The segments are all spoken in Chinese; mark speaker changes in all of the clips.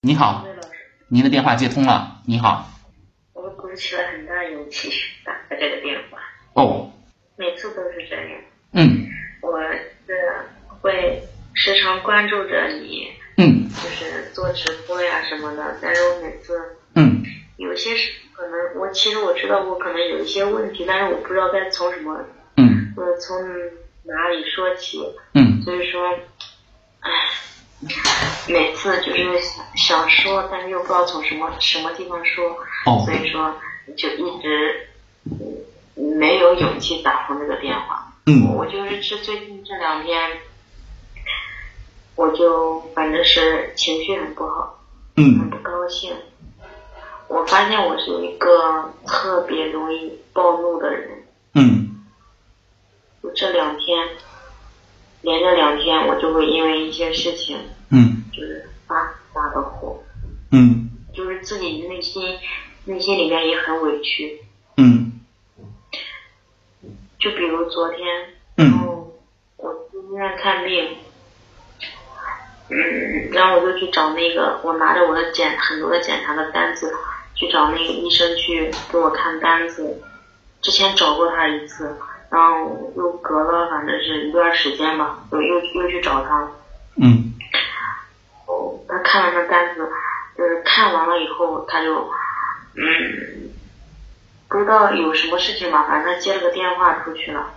Speaker 1: 你好，
Speaker 2: 魏老师，
Speaker 1: 您的电话接通了。你好，
Speaker 2: 我鼓起了很大勇气打了这个电话，
Speaker 1: 哦，
Speaker 2: 每次都是这样。
Speaker 1: 嗯
Speaker 2: 我是会时常关注着你，
Speaker 1: 嗯
Speaker 2: 就是做直播呀什么的，但是我每次
Speaker 1: 嗯
Speaker 2: 有些是可能我其实我知道我可能有一些问题，但是我不知道该从什么
Speaker 1: 嗯
Speaker 2: 呃从哪里说起，
Speaker 1: 嗯
Speaker 2: 所以说，唉，每次就是想想说，但是又不知道从什么什么地方说。
Speaker 1: 哦
Speaker 2: 所以说就一直嗯没有勇气打通这个电话。
Speaker 1: 嗯
Speaker 2: 我就是这最近这两天，我就反正是情绪很不好，很
Speaker 1: 嗯
Speaker 2: 不高兴。我发现我是一个特别容易暴怒的人，
Speaker 1: 嗯
Speaker 2: 就这两天，连着两天，我就会因为一些事情
Speaker 1: 嗯
Speaker 2: 就是发很大的火，
Speaker 1: 嗯
Speaker 2: 就是自己内心内心里面也很委屈，
Speaker 1: 嗯
Speaker 2: 就比如昨天，
Speaker 1: 嗯
Speaker 2: 然后我去医院看病，嗯，然后我就去找那个，我拿着我的检很多的检查的单子，去找那个医生去给我看单子。之前找过他一次，然后又隔了反正是一段时间吧，又又又去找他，
Speaker 1: 嗯
Speaker 2: 哦，他看完那单子，就是看完了以后，他就，嗯，不知道有什么事情吧，反正他接了个电话出去了，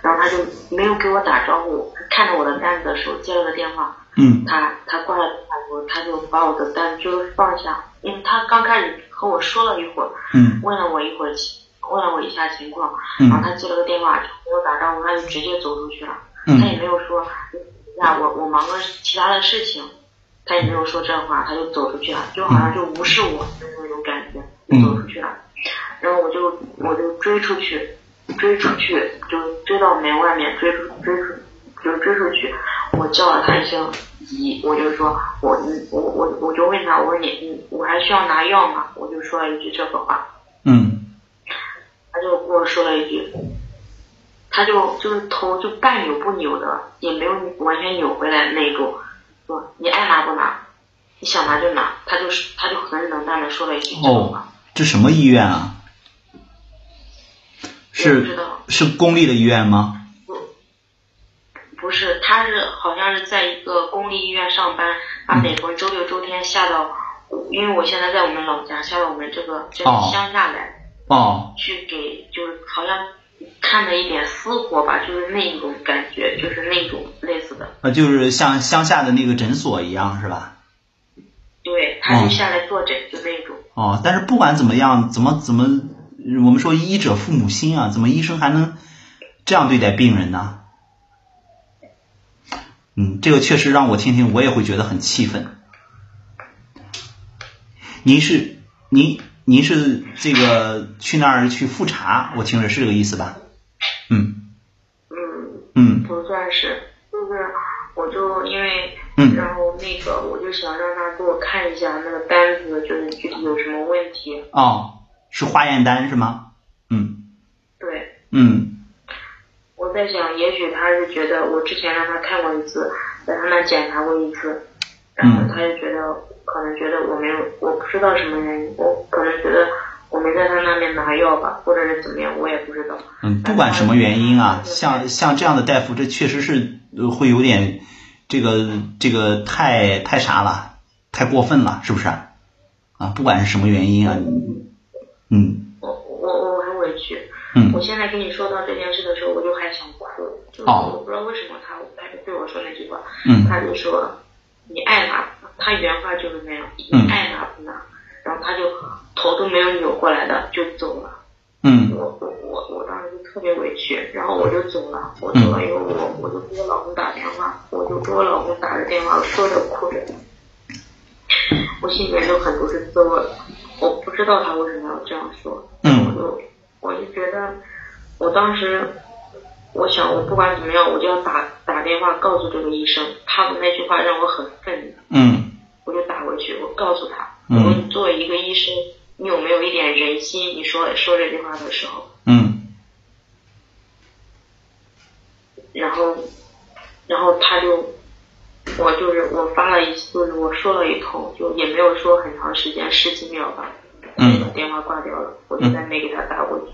Speaker 2: 然后他就没有给我打招呼，他看着我的单子的时候接了个电话，
Speaker 1: 嗯
Speaker 2: 他他挂了电话以后，他就把我的单就放下，因为他刚开始和我说了一会儿，
Speaker 1: 嗯
Speaker 2: 问了我一会儿情，问了我一下情况，然后
Speaker 1: 嗯
Speaker 2: 他接了个电话就没有打招呼，他就直接走出去了。他也
Speaker 1: 嗯
Speaker 2: 没有说，哎呀，我我忙个其他的事情，他也没有说这话，他就走出去了，就好像就无视我的那种感觉，就走出去了。然后我就我就追出去，追出去，就追到门外面，追出追出就追出去。我叫了他一声姨，我就说我你我我我就问他，我说你你我还需要拿药吗？我就说了一句这个话，
Speaker 1: 嗯
Speaker 2: 他就跟我说了一句，他就就是头就半扭不扭的，也没有完全扭回来那种，说你爱拿不拿，你想拿就拿，他就是他就很冷淡的说了一句这种话，
Speaker 1: 哦，这什么医院啊？
Speaker 2: 我不知
Speaker 1: 是
Speaker 2: 道，
Speaker 1: 是公立的医院吗？
Speaker 2: 不是，他是好像是在一个公立医院上班，他每逢周六周天下到，因为我现在在我们老家，下到我们这个这个
Speaker 1: 哦
Speaker 2: 乡下来，
Speaker 1: 哦
Speaker 2: 去给就是好像看了一点私活吧，就是那种感觉，就是那种类似的。
Speaker 1: 呃，就是像乡下的那个诊所一样是吧？
Speaker 2: 对，他
Speaker 1: 嗯
Speaker 2: 就下来坐诊，就那种。
Speaker 1: 哦，但是不管怎么样，怎么怎么，呃我们说医者父母心啊，怎么医生还能这样对待病人呢？嗯，这个确实让我听听，我也会觉得很气愤。您是您您是这个去那儿去复查，我听着是这个意思吧？嗯
Speaker 2: 嗯，
Speaker 1: 嗯
Speaker 2: 不算是，就是我就因为，
Speaker 1: 嗯
Speaker 2: 然后那个我就想让他给我看一下那个单子，就是具体有什么问题。
Speaker 1: 哦，是化验单是吗？嗯
Speaker 2: 对，
Speaker 1: 嗯
Speaker 2: 我在想，也许他是觉得我之前让他看过一次，在他那检查过一次，然后他就觉得，可能觉得我没有，我不知道什么原因，我可能觉得我没在他那边拿药吧，或者是怎么样，我也不知道。
Speaker 1: 嗯，不管什么原因啊，像像这样的大夫，这确实是呃会有点这个这个太太啥了，太过分了，是不是？啊，不管是什么原因啊，你嗯
Speaker 2: 我我我很委屈。我
Speaker 1: 嗯
Speaker 2: 现在跟你说到这件事的时候，我就还想哭，就是
Speaker 1: 哦
Speaker 2: 我不知道为什么他他就对我说那句话，
Speaker 1: 嗯
Speaker 2: 他就说你爱拿，他原话就是那样，你
Speaker 1: 嗯
Speaker 2: 爱拿不拿，然后他就头都没有扭过来的就走了，
Speaker 1: 嗯
Speaker 2: 我我我我当时就特别委屈，然后我就走了，我走了以后我我就给我老公打电话，我就给我老公打着电话说着哭着，我心里面就很不是滋味儿，我不知道他为什么要这样说，我
Speaker 1: 嗯
Speaker 2: 就我就觉得，我当时我想，我不管怎么样，我就要打打电话告诉这个医生，他的那句话让我很愤怒，
Speaker 1: 嗯
Speaker 2: 我就打回去，我告诉他，
Speaker 1: 嗯
Speaker 2: 我说你作为一个医生，你有没有一点人心？你说说这句话的时候，
Speaker 1: 嗯
Speaker 2: 然后，然后他就我就是我发了一，就是我说了一通，就也没有说很长时间，十几秒吧，
Speaker 1: 嗯
Speaker 2: 把电话挂掉了，我就再没给他打过去。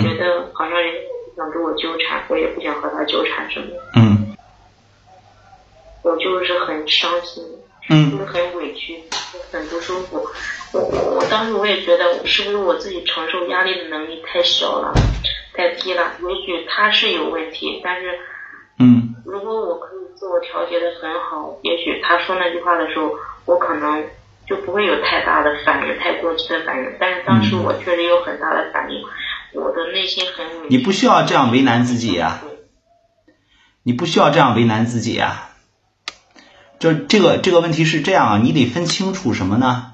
Speaker 2: 觉
Speaker 1: 嗯
Speaker 2: 得好像人家不想跟我纠缠，我也不想和他纠缠什么的，
Speaker 1: 嗯
Speaker 2: 我就是很伤心，就
Speaker 1: 嗯
Speaker 2: 是很委屈，很不舒服。我我我当时我也觉得，是不是我自己承受压力的能力太小了，太低了？也许他是有问题，但是
Speaker 1: 嗯
Speaker 2: 如果我可以自我调节的很好，也许他说那句话的时候，我可能就不会有太大的反应，太过激的反应。但是当时
Speaker 1: 嗯
Speaker 2: 我确实有很大的反应，我的内心很委屈。嗯
Speaker 1: 你不需要这样为难自己啊，你不需要这样为难自己啊。就这个这个问题是这样啊，你得分清楚什么呢？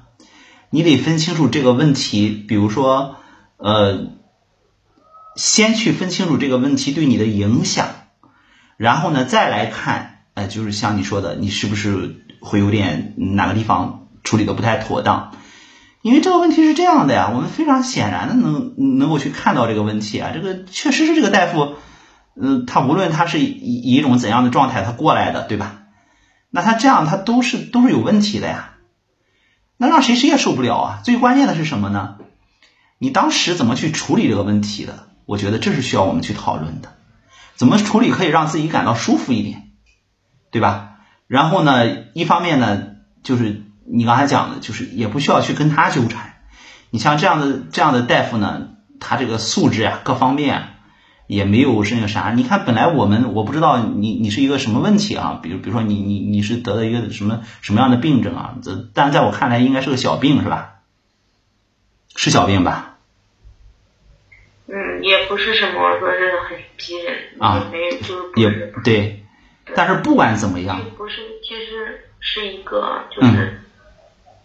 Speaker 1: 你得分清楚这个问题，比如说，呃，先去分清楚这个问题对你的影响，然后呢，再来看，呃，就是像你说的，你是不是会有点哪个地方处理的不太妥当？因为这个问题是这样的呀，我们非常显然的能能够去看到这个问题啊，这个确实是这个大夫，嗯，他无论他是以以一种怎样的状态他过来的，对吧？那他这样他都是都是有问题的呀，那让谁谁也受不了啊。最关键的是什么呢？你当时怎么去处理这个问题的？我觉得这是需要我们去讨论的，怎么处理可以让自己感到舒服一点，对吧？然后呢，一方面呢，就是你刚才讲的，就是也不需要去跟他纠缠。你像这样的这样的大夫呢，他这个素质呀、各方面啊、也没有是那个啥。你看，本来我们我不知道你你是一个什么问题啊，比如比如说你你你是得了一个什么什么样的病症啊？这但在我看来应该是个小病是吧？是小病吧？
Speaker 2: 嗯，也不是什么说是很急人，
Speaker 1: 啊
Speaker 2: 也没有就是不
Speaker 1: 也啊
Speaker 2: 是，
Speaker 1: 对，但是不管怎么样
Speaker 2: 这，不是，其实是一个就是，
Speaker 1: 嗯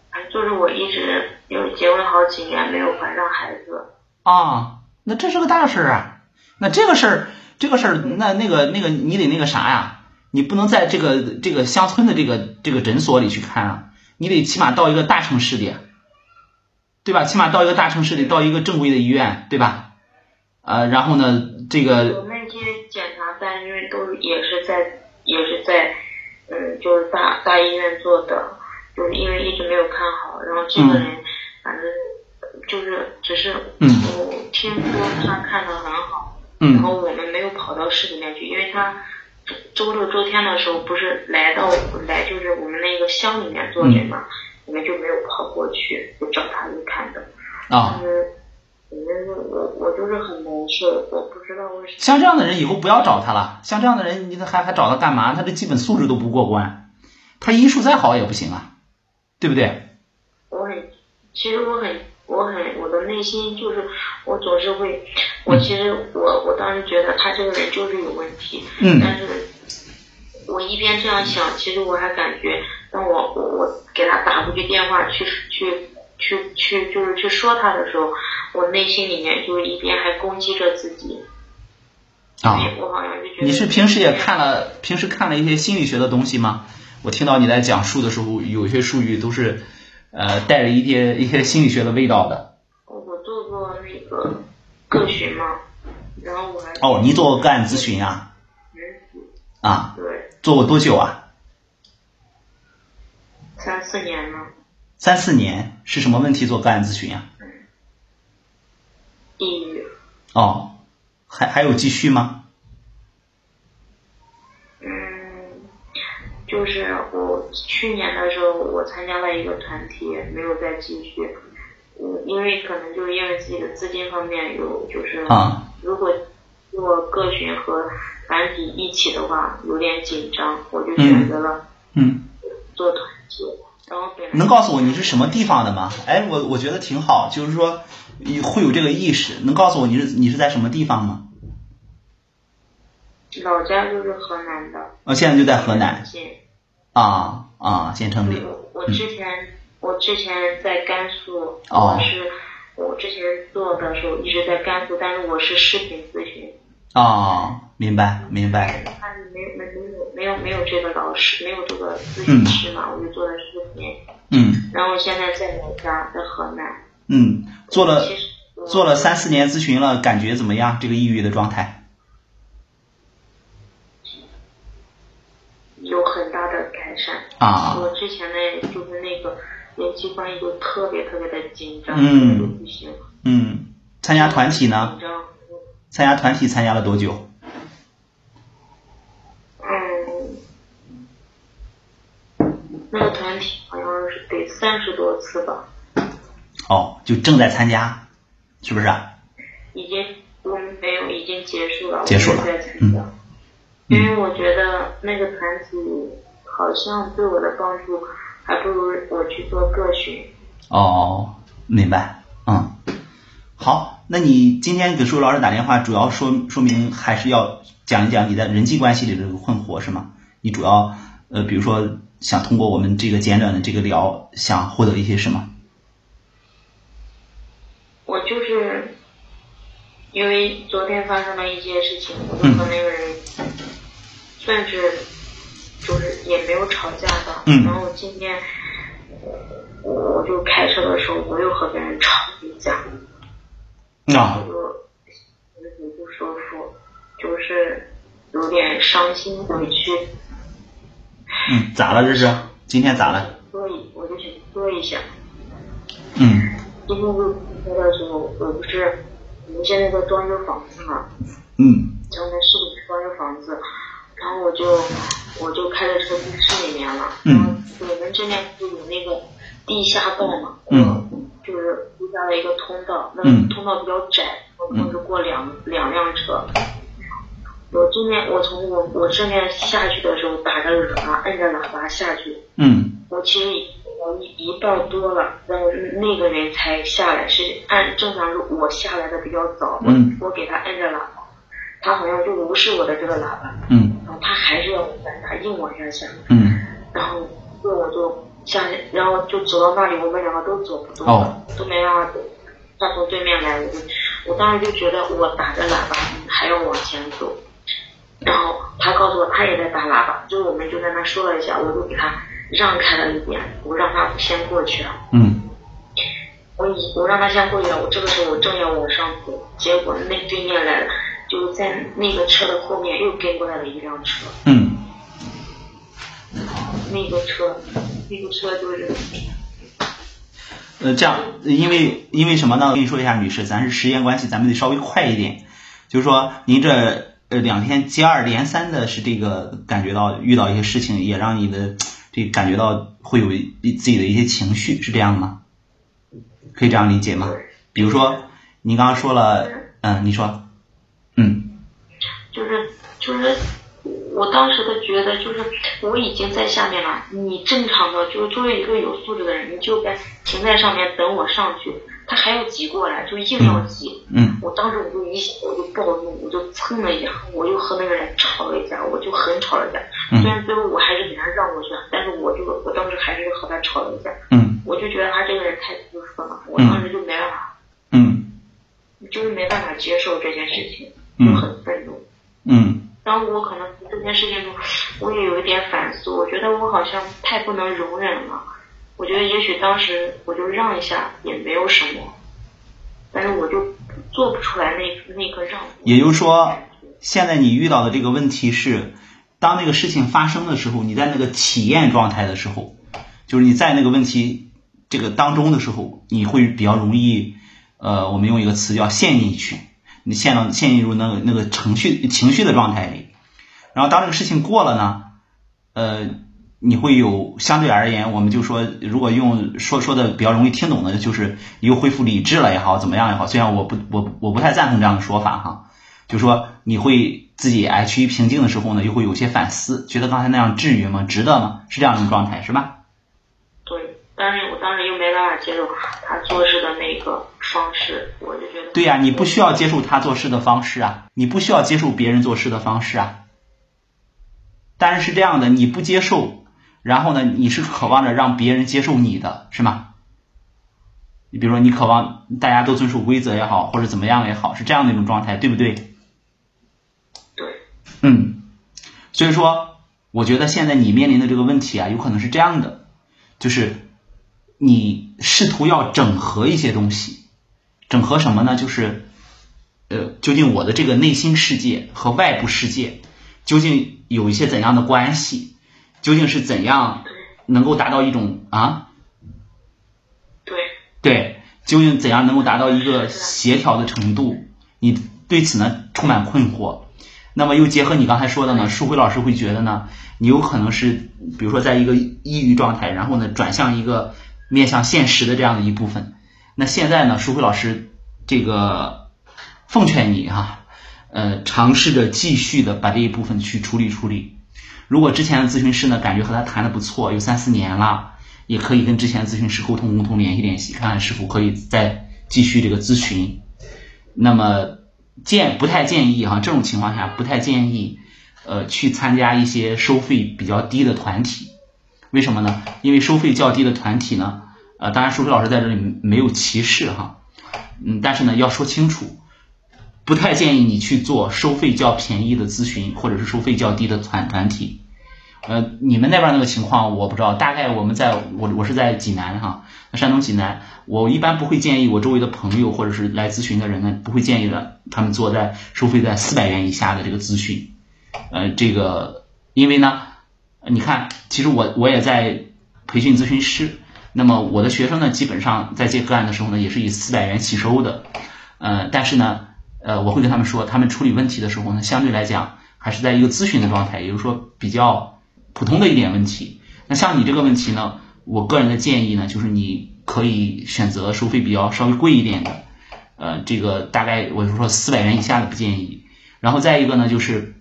Speaker 2: 哎就是我一直有结婚好几年没有怀上孩子，
Speaker 1: 啊，那这是个大事儿啊。那这个事儿，这个事儿，那那个那个，你得那个啥呀？你不能在这个这个乡村的这个这个诊所里去看啊，你得起码到一个大城市里，对吧？起码到一个大城市里，到一个正规的医院，对吧？呃，然后呢，这个
Speaker 2: 我那些检查单因为都也是在也是在，嗯，就是大大医院做的，就是因为一直没有看好，然后这个人反正就是只是
Speaker 1: 嗯
Speaker 2: 我听说他看的很好。然
Speaker 1: 嗯
Speaker 2: 后我们没有跑到市里面去，因为他周周六周天的时候不是来到来就是我们那个乡里面坐诊嘛，我们就没有跑过去，就找他去看的。
Speaker 1: 啊，
Speaker 2: 嗯，反正我我就是很难受，我不知道为什么。
Speaker 1: 像这样的人以后不要找他了。像这样的人，你还还找他干嘛？他这基本素质都不过关，他医术再好也不行啊，对不对？
Speaker 2: 我很，其实我很，我很，我的内心就是，我总是会，我其实我我当时觉得他这个人就是有问题，
Speaker 1: 嗯
Speaker 2: 但是我一边这样想，其实我还感觉，当我我我给他打过去电话去去去去就是去说他的时候，我内心里面就是一边还攻击着自己，
Speaker 1: 啊。
Speaker 2: 因为我好像就觉得
Speaker 1: 你是平时也看了，平时看了一些心理学的东西吗？我听到你在讲述的时候，有一些术语都是，呃，带着一些一些心理学的味道的。
Speaker 2: 我做过那个个询嘛，然后我还
Speaker 1: 哦，你做过个案咨询啊？啊，
Speaker 2: 对
Speaker 1: 做过多久啊？
Speaker 2: 三四年了。
Speaker 1: 三四年是什么问题做个案咨询啊？
Speaker 2: 抑郁，
Speaker 1: 哦，还还有继续吗？
Speaker 2: 嗯，就是我去年的时候，我参加了一个团体，没有再继续。嗯，因为可能就是因为自己的资金方面有，就是
Speaker 1: 啊，
Speaker 2: 如果做个巡和团体一起的话，有点紧张，我就选择了
Speaker 1: 嗯，
Speaker 2: 做团体。然后本来
Speaker 1: 能告诉我你是什么地方的吗？哎，我我觉得挺好，就是说你会有这个意识。能告诉我你是你是在什么地方吗？
Speaker 2: 老家就是河南的，
Speaker 1: 我哦现在就在河南
Speaker 2: 近
Speaker 1: 啊啊，县城里。
Speaker 2: 我我之前我之前在甘肃，
Speaker 1: 哦
Speaker 2: 我是我之前做的时候一直在甘肃，但是我是视频咨询，
Speaker 1: 哦，明白明白，
Speaker 2: 但是没有没有没有没有这个老师，没有这个咨询师嘛，我就做的视频。
Speaker 1: 嗯
Speaker 2: 然后我现在在老家，在河南，
Speaker 1: 嗯，做了
Speaker 2: 其实呃我
Speaker 1: 做了三四年咨询了，感觉怎么样？这个抑郁的状态
Speaker 2: 有很大的改
Speaker 1: 啊
Speaker 2: 我之前的就是那个人际关系就特别特别的紧张，
Speaker 1: 嗯
Speaker 2: 就不行。
Speaker 1: 嗯，参加团体呢？
Speaker 2: 紧张，
Speaker 1: 参加团体参加了多久？
Speaker 2: 嗯，那个团体好像是得三十多次吧，
Speaker 1: 哦，就正在参加，是不是啊？
Speaker 2: 已经我们没有已经结束了，
Speaker 1: 结束了
Speaker 2: 我没有再参加
Speaker 1: 嗯
Speaker 2: 因为我觉得那个团体好像对我的帮助，还不如我去做个训。
Speaker 1: 哦，明白，嗯，好，那你今天给数学老师打电话，主要说说明还是要讲一讲你在人际关系里的这个困惑是吗？你主要呃，比如说想通过我们这个简短的这个聊，想获得一些什么？
Speaker 2: 我就是因为昨天发生了一些事情，我就和那个人算是就是也没有吵架吧。
Speaker 1: 嗯
Speaker 2: 然后今天我我就开车的时候，我又和别人吵了一架，
Speaker 1: 啊
Speaker 2: 我就很不舒服，就是有点伤心委屈，
Speaker 1: 嗯，咋了这是？今天咋了？
Speaker 2: 所以我就想说一下。
Speaker 1: 嗯
Speaker 2: 今天就开车的时候，我不是我们现在在装修房子嘛。
Speaker 1: 嗯
Speaker 2: 然后在市里装修房子，然后我就我就开着车进市里面了。
Speaker 1: 嗯
Speaker 2: 然后我们这边就有那个地下道嘛，
Speaker 1: 嗯
Speaker 2: 就是地下的一个通道，那
Speaker 1: 嗯
Speaker 2: 个通道比较窄，我控制过两两辆车。我这边我从我我这边下去的时候，打着喇叭，摁着喇叭下去。
Speaker 1: 嗯
Speaker 2: 我其实已我一一半多了，然后那个人才下来，是按正常是我下来的比较早，我
Speaker 1: 嗯
Speaker 2: 我给他摁着喇叭，他好像就无视我的这个喇叭，
Speaker 1: 嗯
Speaker 2: 然后他还是要我下，他硬往下下，
Speaker 1: 嗯，
Speaker 2: 然后对我就下，然后就走到那里，我们两个都走不动，
Speaker 1: 哦
Speaker 2: 都没办法走。他从对面来，我就我当时就觉得我打着喇叭还要往前走，然后他告诉我他也在打喇叭，就是我们就在那说了一下，我就给他让开了一点，我让他先过去了。
Speaker 1: 嗯
Speaker 2: 我已我让他先过去了，我这个时候我正要往上走，结果那对面来了，就在那个车的后面又跟过来了一辆车。
Speaker 1: 嗯
Speaker 2: 那个车，那个车就是
Speaker 1: 呃，这样，呃因为因为什么呢？跟你说一下，女士，咱是时间关系，咱们得稍微快一点。就是说，您这呃两天接二连三的是这个感觉到遇到一些事情，也让你的这个感觉到会有一自己的一些情绪，是这样吗？可以这样理解吗？比如说，您刚刚说了，嗯，你说，嗯
Speaker 2: 就是就是，我当时的觉得就是我已经在下面了，你正常的就是作为一个有素质的人，你就该停在上面等我上去，他还要挤过来，就硬要挤。
Speaker 1: 嗯
Speaker 2: 我当时我就一下我就暴怒，我就蹭了一下，我就和那个人吵了一架，我就狠吵了一架。虽
Speaker 1: 嗯
Speaker 2: 然最后我还是给他让过去了，但是我就我当时还是和他吵了一架，
Speaker 1: 嗯
Speaker 2: 我就觉得他这个人太自私了，我当时就没办法，
Speaker 1: 嗯
Speaker 2: 就是没办法接受这件事情，就
Speaker 1: 嗯
Speaker 2: 很愤怒。
Speaker 1: 嗯
Speaker 2: 然后我可能这件事情中，我也有一点反思，我觉得我好像太不能容忍了。我觉得也许当时我就让一下也没有什么，但是我就做不出来那那个让步。
Speaker 1: 也就是说，现在你遇到的这个问题是，当那个事情发生的时候，你在那个体验状态的时候，就是你在那个问题这个当中的时候，你会比较容易，呃，我们用一个词叫陷进去，你陷到陷进入那个那个情绪情绪的状态里。然后当这个事情过了呢，呃，你会有相对而言，我们就说，如果用说说的比较容易听懂的，就是又恢复理智了也好，怎么样也好。虽然我不我我不太赞同这样的说法哈，就说你会自己哎趋于平静的时候呢，又会有些反思，觉得刚才那样至于吗？值得吗？是这样一种状态是吧？
Speaker 2: 对，但是我当时又没办法接受他做事的那个方式，我就觉得
Speaker 1: 对呀、你不需要接受他做事的方式啊，你不需要接受别人做事的方式啊。但是是这样的，你不接受，然后呢，你是渴望着让别人接受你的，是吗？你比如说，你渴望大家都遵守规则也好，或者怎么样也好，是这样的一种状态，对不对？
Speaker 2: 对
Speaker 1: 嗯，所以说，我觉得现在你面临的这个问题啊，有可能是这样的，就是你试图要整合一些东西，整合什么呢？就是，呃，究竟我的这个内心世界和外部世界究竟有一些怎样的关系？究竟是怎样能够达到一种啊，
Speaker 2: 对，
Speaker 1: 对，究竟怎样能够达到一个协调的程度？你对此呢充满困惑。那么又结合你刚才说的呢，舒辉老师会觉得呢，你有可能是比如说在一个抑郁状态，然后呢转向一个面向现实的这样的一部分。那现在呢，舒辉老师这个奉劝你哈、呃，尝试着继续的把这一部分去处理处理。如果之前的咨询师呢，感觉和他谈的不错，有三四年了，也可以跟之前的咨询师沟通沟通，联系联系，看看是否可以再继续这个咨询。那么建不太建议哈、这种情况下不太建议，呃，去参加一些收费比较低的团体。为什么呢？因为收费较低的团体呢，呃，当然舒飞老师在这里没有歧视哈，嗯，但是呢要说清楚，不太建议你去做收费较便宜的咨询，或者是收费较低的团团体。呃，你们那边那个情况我不知道，大概我们在我我是在济南哈，山东济南，我一般不会建议我周围的朋友或者是来咨询的人呢，不会建议的他们做在收费在四百元以下的这个咨询。呃，这个因为呢，你看，其实我我也在培训咨询师，那么我的学生呢，基本上在接个案的时候呢，也是以四百元起收的。呃，但是呢，呃，我会跟他们说，他们处理问题的时候呢，相对来讲还是在一个咨询的状态，也就是说比较普通的一点问题。那像你这个问题呢，我个人的建议呢，就是你可以选择收费比较稍微贵一点的，呃，这个大概我就说四百元以下的不建议。然后再一个呢，就是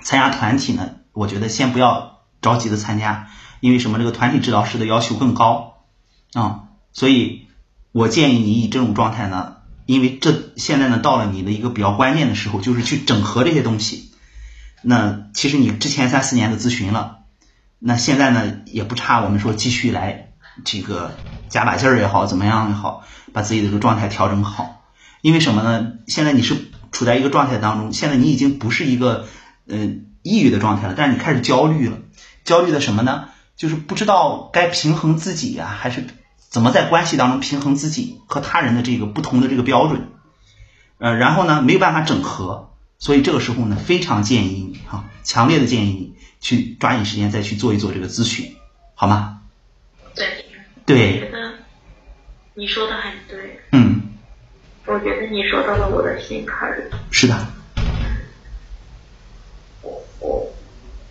Speaker 1: 参加团体呢，我觉得先不要着急的参加，因为什么？这个团体指导师的要求更高啊、所以我建议你以这种状态呢，因为这现在呢到了你的一个比较关键的时候，就是去整合这些东西。那其实你之前三四年的咨询了，那现在呢也不差，我们说继续来这个加把劲儿也好，怎么样也好，把自己的这个状态调整好。因为什么呢？现在你是处在一个状态当中，现在你已经不是一个呃抑郁的状态了，但是你开始焦虑了。焦虑的什么呢？就是不知道该平衡自己呀、还是怎么在关系当中平衡自己和他人的这个不同的这个标准。呃，然后呢，没有办法整合，所以这个时候呢，非常建议你哈、强烈的建议你去抓紧时间再去做一做这个咨询，好吗？
Speaker 2: 对，我觉
Speaker 1: 对，
Speaker 2: 得你说的很对，
Speaker 1: 嗯，
Speaker 2: 我觉得你说到了我的心坎里。
Speaker 1: 是的，
Speaker 2: 我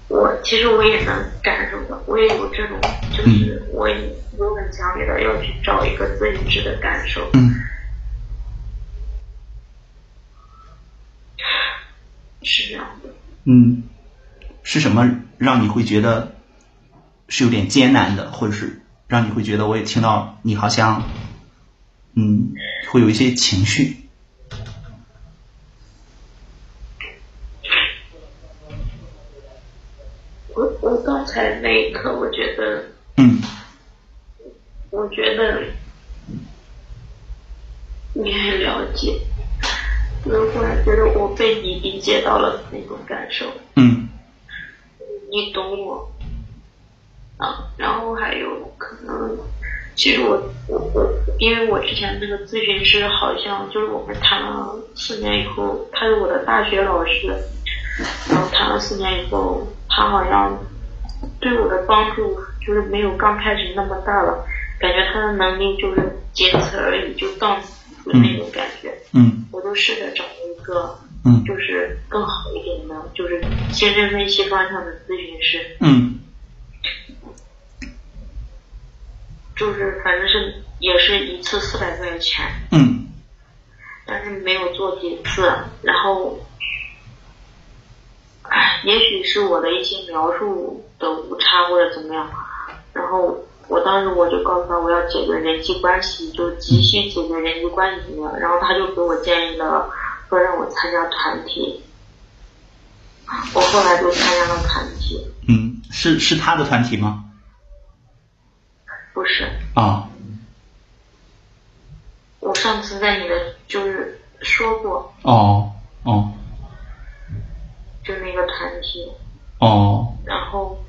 Speaker 2: 我其实我也能感受到，我也有这种，就是我也有很强烈的要去找一个最一致的感受。
Speaker 1: 嗯
Speaker 2: 是这样的，
Speaker 1: 嗯，是什么让你会觉得是有点艰难的，或者是让你会觉得我也听到你好像嗯会有一些情绪？
Speaker 2: 我我刚才那一刻，我觉得，
Speaker 1: 嗯
Speaker 2: 我觉得你很了解，我忽然觉得我被你理解到了那种感受，
Speaker 1: 嗯
Speaker 2: 你懂我啊。然后还有可能，其实我我我，因为我之前那个咨询师好像就是我们谈了四年以后，他是我的大学老师，然后谈了四年以后，他好像对我的帮助就是没有刚开始那么大了，感觉他的能力就是仅此而已，就到此的那种感觉。
Speaker 1: 嗯
Speaker 2: 我都试着找一个
Speaker 1: 嗯
Speaker 2: 就是更好一点的，就是精神分析方向的咨询师，
Speaker 1: 嗯
Speaker 2: 就是反正是也是一次四百块钱，
Speaker 1: 嗯
Speaker 2: 但是没有做几次，然后，唉，也许是我的一些描述的误差或者怎么样，然后我当时我就告诉他我要解决人际关系，就急需解决人际关系怎么样，然后他就给我建议了，说让我参加团体，我后来就参加了团体，
Speaker 1: 嗯，是是他的团体吗？
Speaker 2: 不是，
Speaker 1: 啊、
Speaker 2: 我上次在你的就是说过，
Speaker 1: 哦哦
Speaker 2: 就那个团体，
Speaker 1: 哦，
Speaker 2: 然后。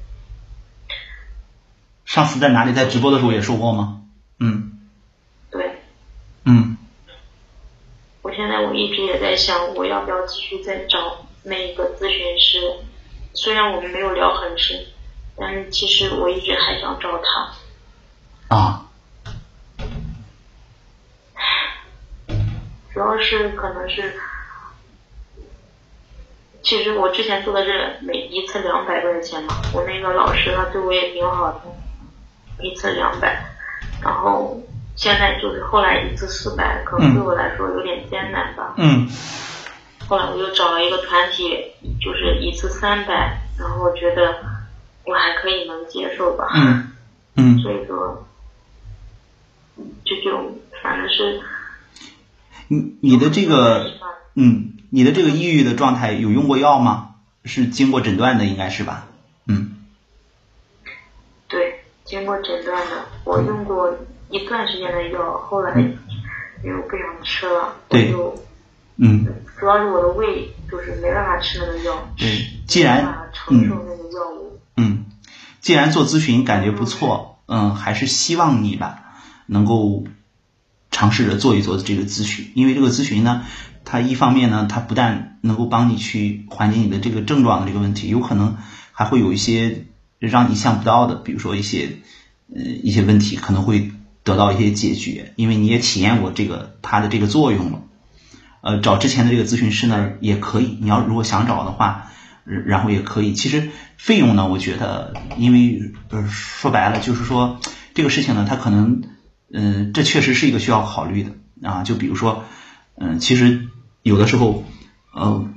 Speaker 1: 上次在哪里在直播的时候也说过吗？嗯
Speaker 2: 对，
Speaker 1: 嗯
Speaker 2: 我现在我一直也在想，我要不要继续再找那一个咨询师？虽然我们没有聊很深，但是其实我一直还想找他。
Speaker 1: 啊，
Speaker 2: 主要是可能是，其实我之前做的是每一次两百块钱嘛，我那个老师他对我也挺好的，一次两百，然后现在就是后来一次四百，可能对我来说有点艰难吧。
Speaker 1: 嗯
Speaker 2: 后来我又找了一个团体，就是一次三百，然后我觉得我还可以能接受吧。
Speaker 1: 嗯嗯，
Speaker 2: 所以说，就这种反正是
Speaker 1: 你你的这个嗯，你的这个抑郁的状态有用过药吗？是经过诊断的，应该是吧？嗯
Speaker 2: 对经过诊断的，我用过一段时间的药，后来因为我不想吃了，我
Speaker 1: 对
Speaker 2: 就
Speaker 1: 嗯，
Speaker 2: 主要是我的胃就是没办法吃那个药，
Speaker 1: 对，既
Speaker 2: 没办
Speaker 1: 然
Speaker 2: 法承受那个药物。
Speaker 1: 嗯，既然做咨询感觉不错，嗯，还是希望你吧，能够尝试着做一做这个咨询，因为这个咨询呢，它一方面呢，它不但能够帮你去缓解你的这个症状的这个问题，有可能还会有一些让你意想不到的，比如说一些呃一些问题可能会得到一些解决，因为你也体验过这个它的这个作用了。呃，找之前的这个咨询师呢也可以。你要如果想找的话，呃然后也可以。其实费用呢，我觉得，因为呃说白了就是说这个事情呢，它可能，嗯、这确实是一个需要考虑的啊。就比如说，嗯、其实有的时候，呃，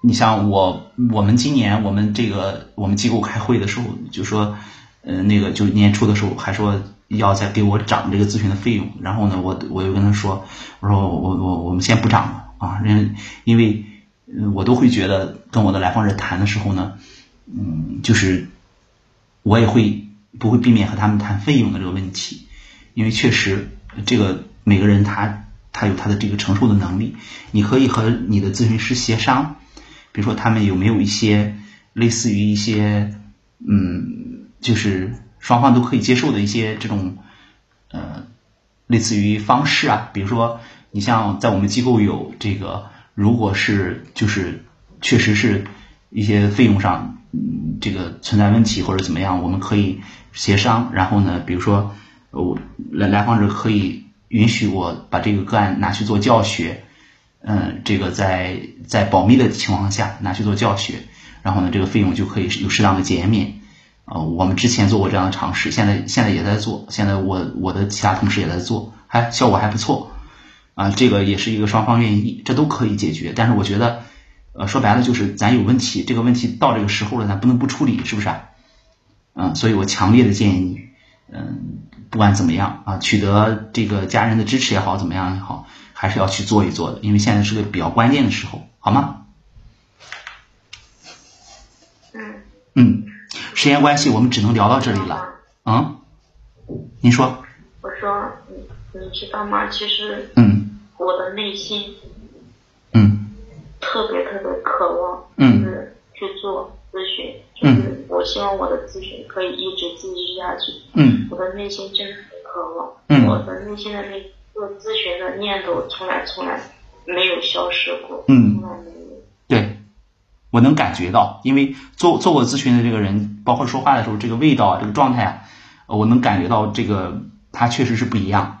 Speaker 1: 你像我，我们今年我们这个我们机构开会的时候就说，呃，那个就年初的时候还说要再给我涨这个咨询的费用，然后呢，我我就跟他说，我说我我我我们先不涨了啊，因因为呃我都会觉得跟我的来访者谈的时候呢，嗯，就是我也会不会避免和他们谈费用的这个问题，因为确实这个每个人他他有他的这个承受的能力，你可以和你的咨询师协商，比如说他们有没有一些类似于一些嗯，就是双方都可以接受的一些这种呃类似于方式啊，比如说你像在我们机构有这个，如果是就是确实是一些费用上嗯这个存在问题或者怎么样，我们可以协商，然后呢，比如说呃我来来访者可以允许我把这个个案拿去做教学。嗯，这个在在保密的情况下拿去做教学，然后呢，这个费用就可以有适当的减免。呃，我们之前做过这样的尝试，现在现在也在做，现在我我的其他同事也在做，还效果还不错，啊、这个也是一个双方愿意，这都可以解决。但是我觉得，呃，说白了就是咱有问题，这个问题到这个时候了，咱不能不处理，是不是、啊？嗯，所以我强烈的建议你，嗯，不管怎么样啊，取得这个家人的支持也好，怎么样也好，还是要去做一做的，因为现在是个比较关键的时候，好吗？
Speaker 2: 嗯，
Speaker 1: 嗯，时间关系，我们只能聊到这里了。啊、您说，
Speaker 2: 我说你你知道吗？其实
Speaker 1: 嗯
Speaker 2: 我的内心
Speaker 1: 嗯
Speaker 2: 特别特别渴望，
Speaker 1: 嗯
Speaker 2: 就是去做咨询，就是我希望我的咨询可以一直继续下去。
Speaker 1: 嗯
Speaker 2: 我的内心真的很渴望，
Speaker 1: 嗯
Speaker 2: 我的内心的那个咨询的念头从来从来没有消失过，
Speaker 1: 嗯
Speaker 2: 从来没有。
Speaker 1: 对，我能感觉到，因为做做过咨询的这个人，包括说话的时候，这个味道啊，这个状态啊，呃我能感觉到这个他确实是不一样。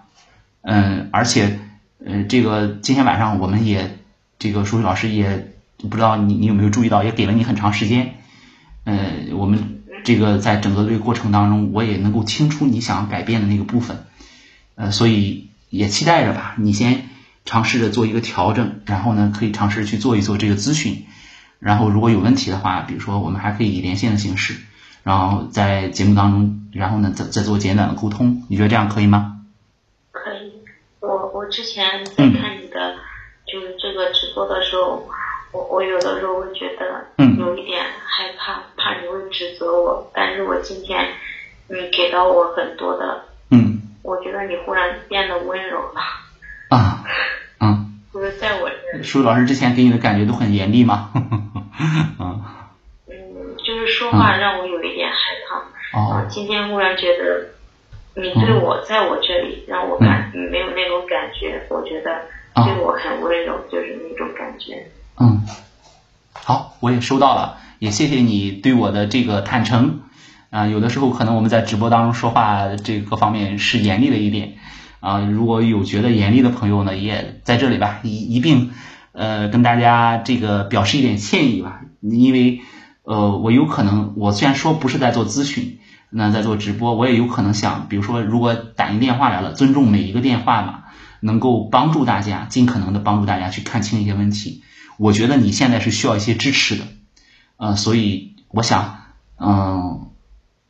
Speaker 1: 嗯，而且，呃，这个今天晚上我们也，这个舒雨老师也不知道你你有没有注意到，也给了你很长时间。呃，我们这个在整个这个过程当中，我也能够听出你想改变的那个部分。呃，所以也期待着吧，你先尝试着做一个调整，然后呢，可以尝试去做一做这个咨询，然后如果有问题的话，比如说我们还可以以连线的形式，然后在节目当中，然后呢再再做简短的沟通，你觉得这样可以吗？
Speaker 2: 可以，我我之前在看你
Speaker 1: 嗯
Speaker 2: 的、就是这个直播的时候，我我有的时候会觉得
Speaker 1: 嗯
Speaker 2: 有一点害怕，怕你会指责我，但是我今天你给到我很多的，
Speaker 1: 嗯
Speaker 2: 我觉得你忽然变得温柔了，
Speaker 1: 啊啊，
Speaker 2: 就是在我这儿。
Speaker 1: 舒老师之前给你的感觉都很严厉吗？啊
Speaker 2: 嗯，就是说话让我有一点害怕。啊，
Speaker 1: 哦
Speaker 2: 今天忽然觉得你对我在我这里让我感、没有那种感觉，我觉得
Speaker 1: 啊
Speaker 2: 对我很温柔，就是那种感觉。
Speaker 1: 嗯，好，我也收到了，也谢谢你对我的这个坦诚，啊、有的时候可能我们在直播当中说话这个方面是严厉了一点啊、如果有觉得严厉的朋友呢，也在这里吧，一一并呃跟大家这个表示一点歉意吧，因为呃我有可能我虽然说不是在做咨询，那在做直播，我也有可能想，比如说如果打进电话来了，尊重每一个电话嘛，能够帮助大家，尽可能的帮助大家去看清一些问题。我觉得你现在是需要一些支持的，呃，所以我想，嗯、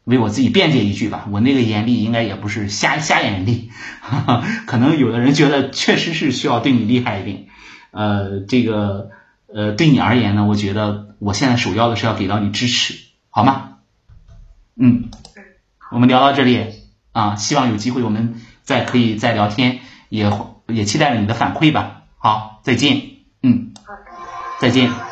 Speaker 1: 为我自己辩解一句吧，我那个严厉应该也不是瞎瞎严厉，哈哈， 可能有的人觉得确实是需要对你厉害一点，呃，这个呃，对你而言呢，我觉得我现在首要的是要给到你支持，好吗？嗯，我们聊到这里啊，希望有机会我们再可以再聊天，也也期待着你的反馈吧。好，再见，嗯，
Speaker 2: 好的。
Speaker 1: 再见。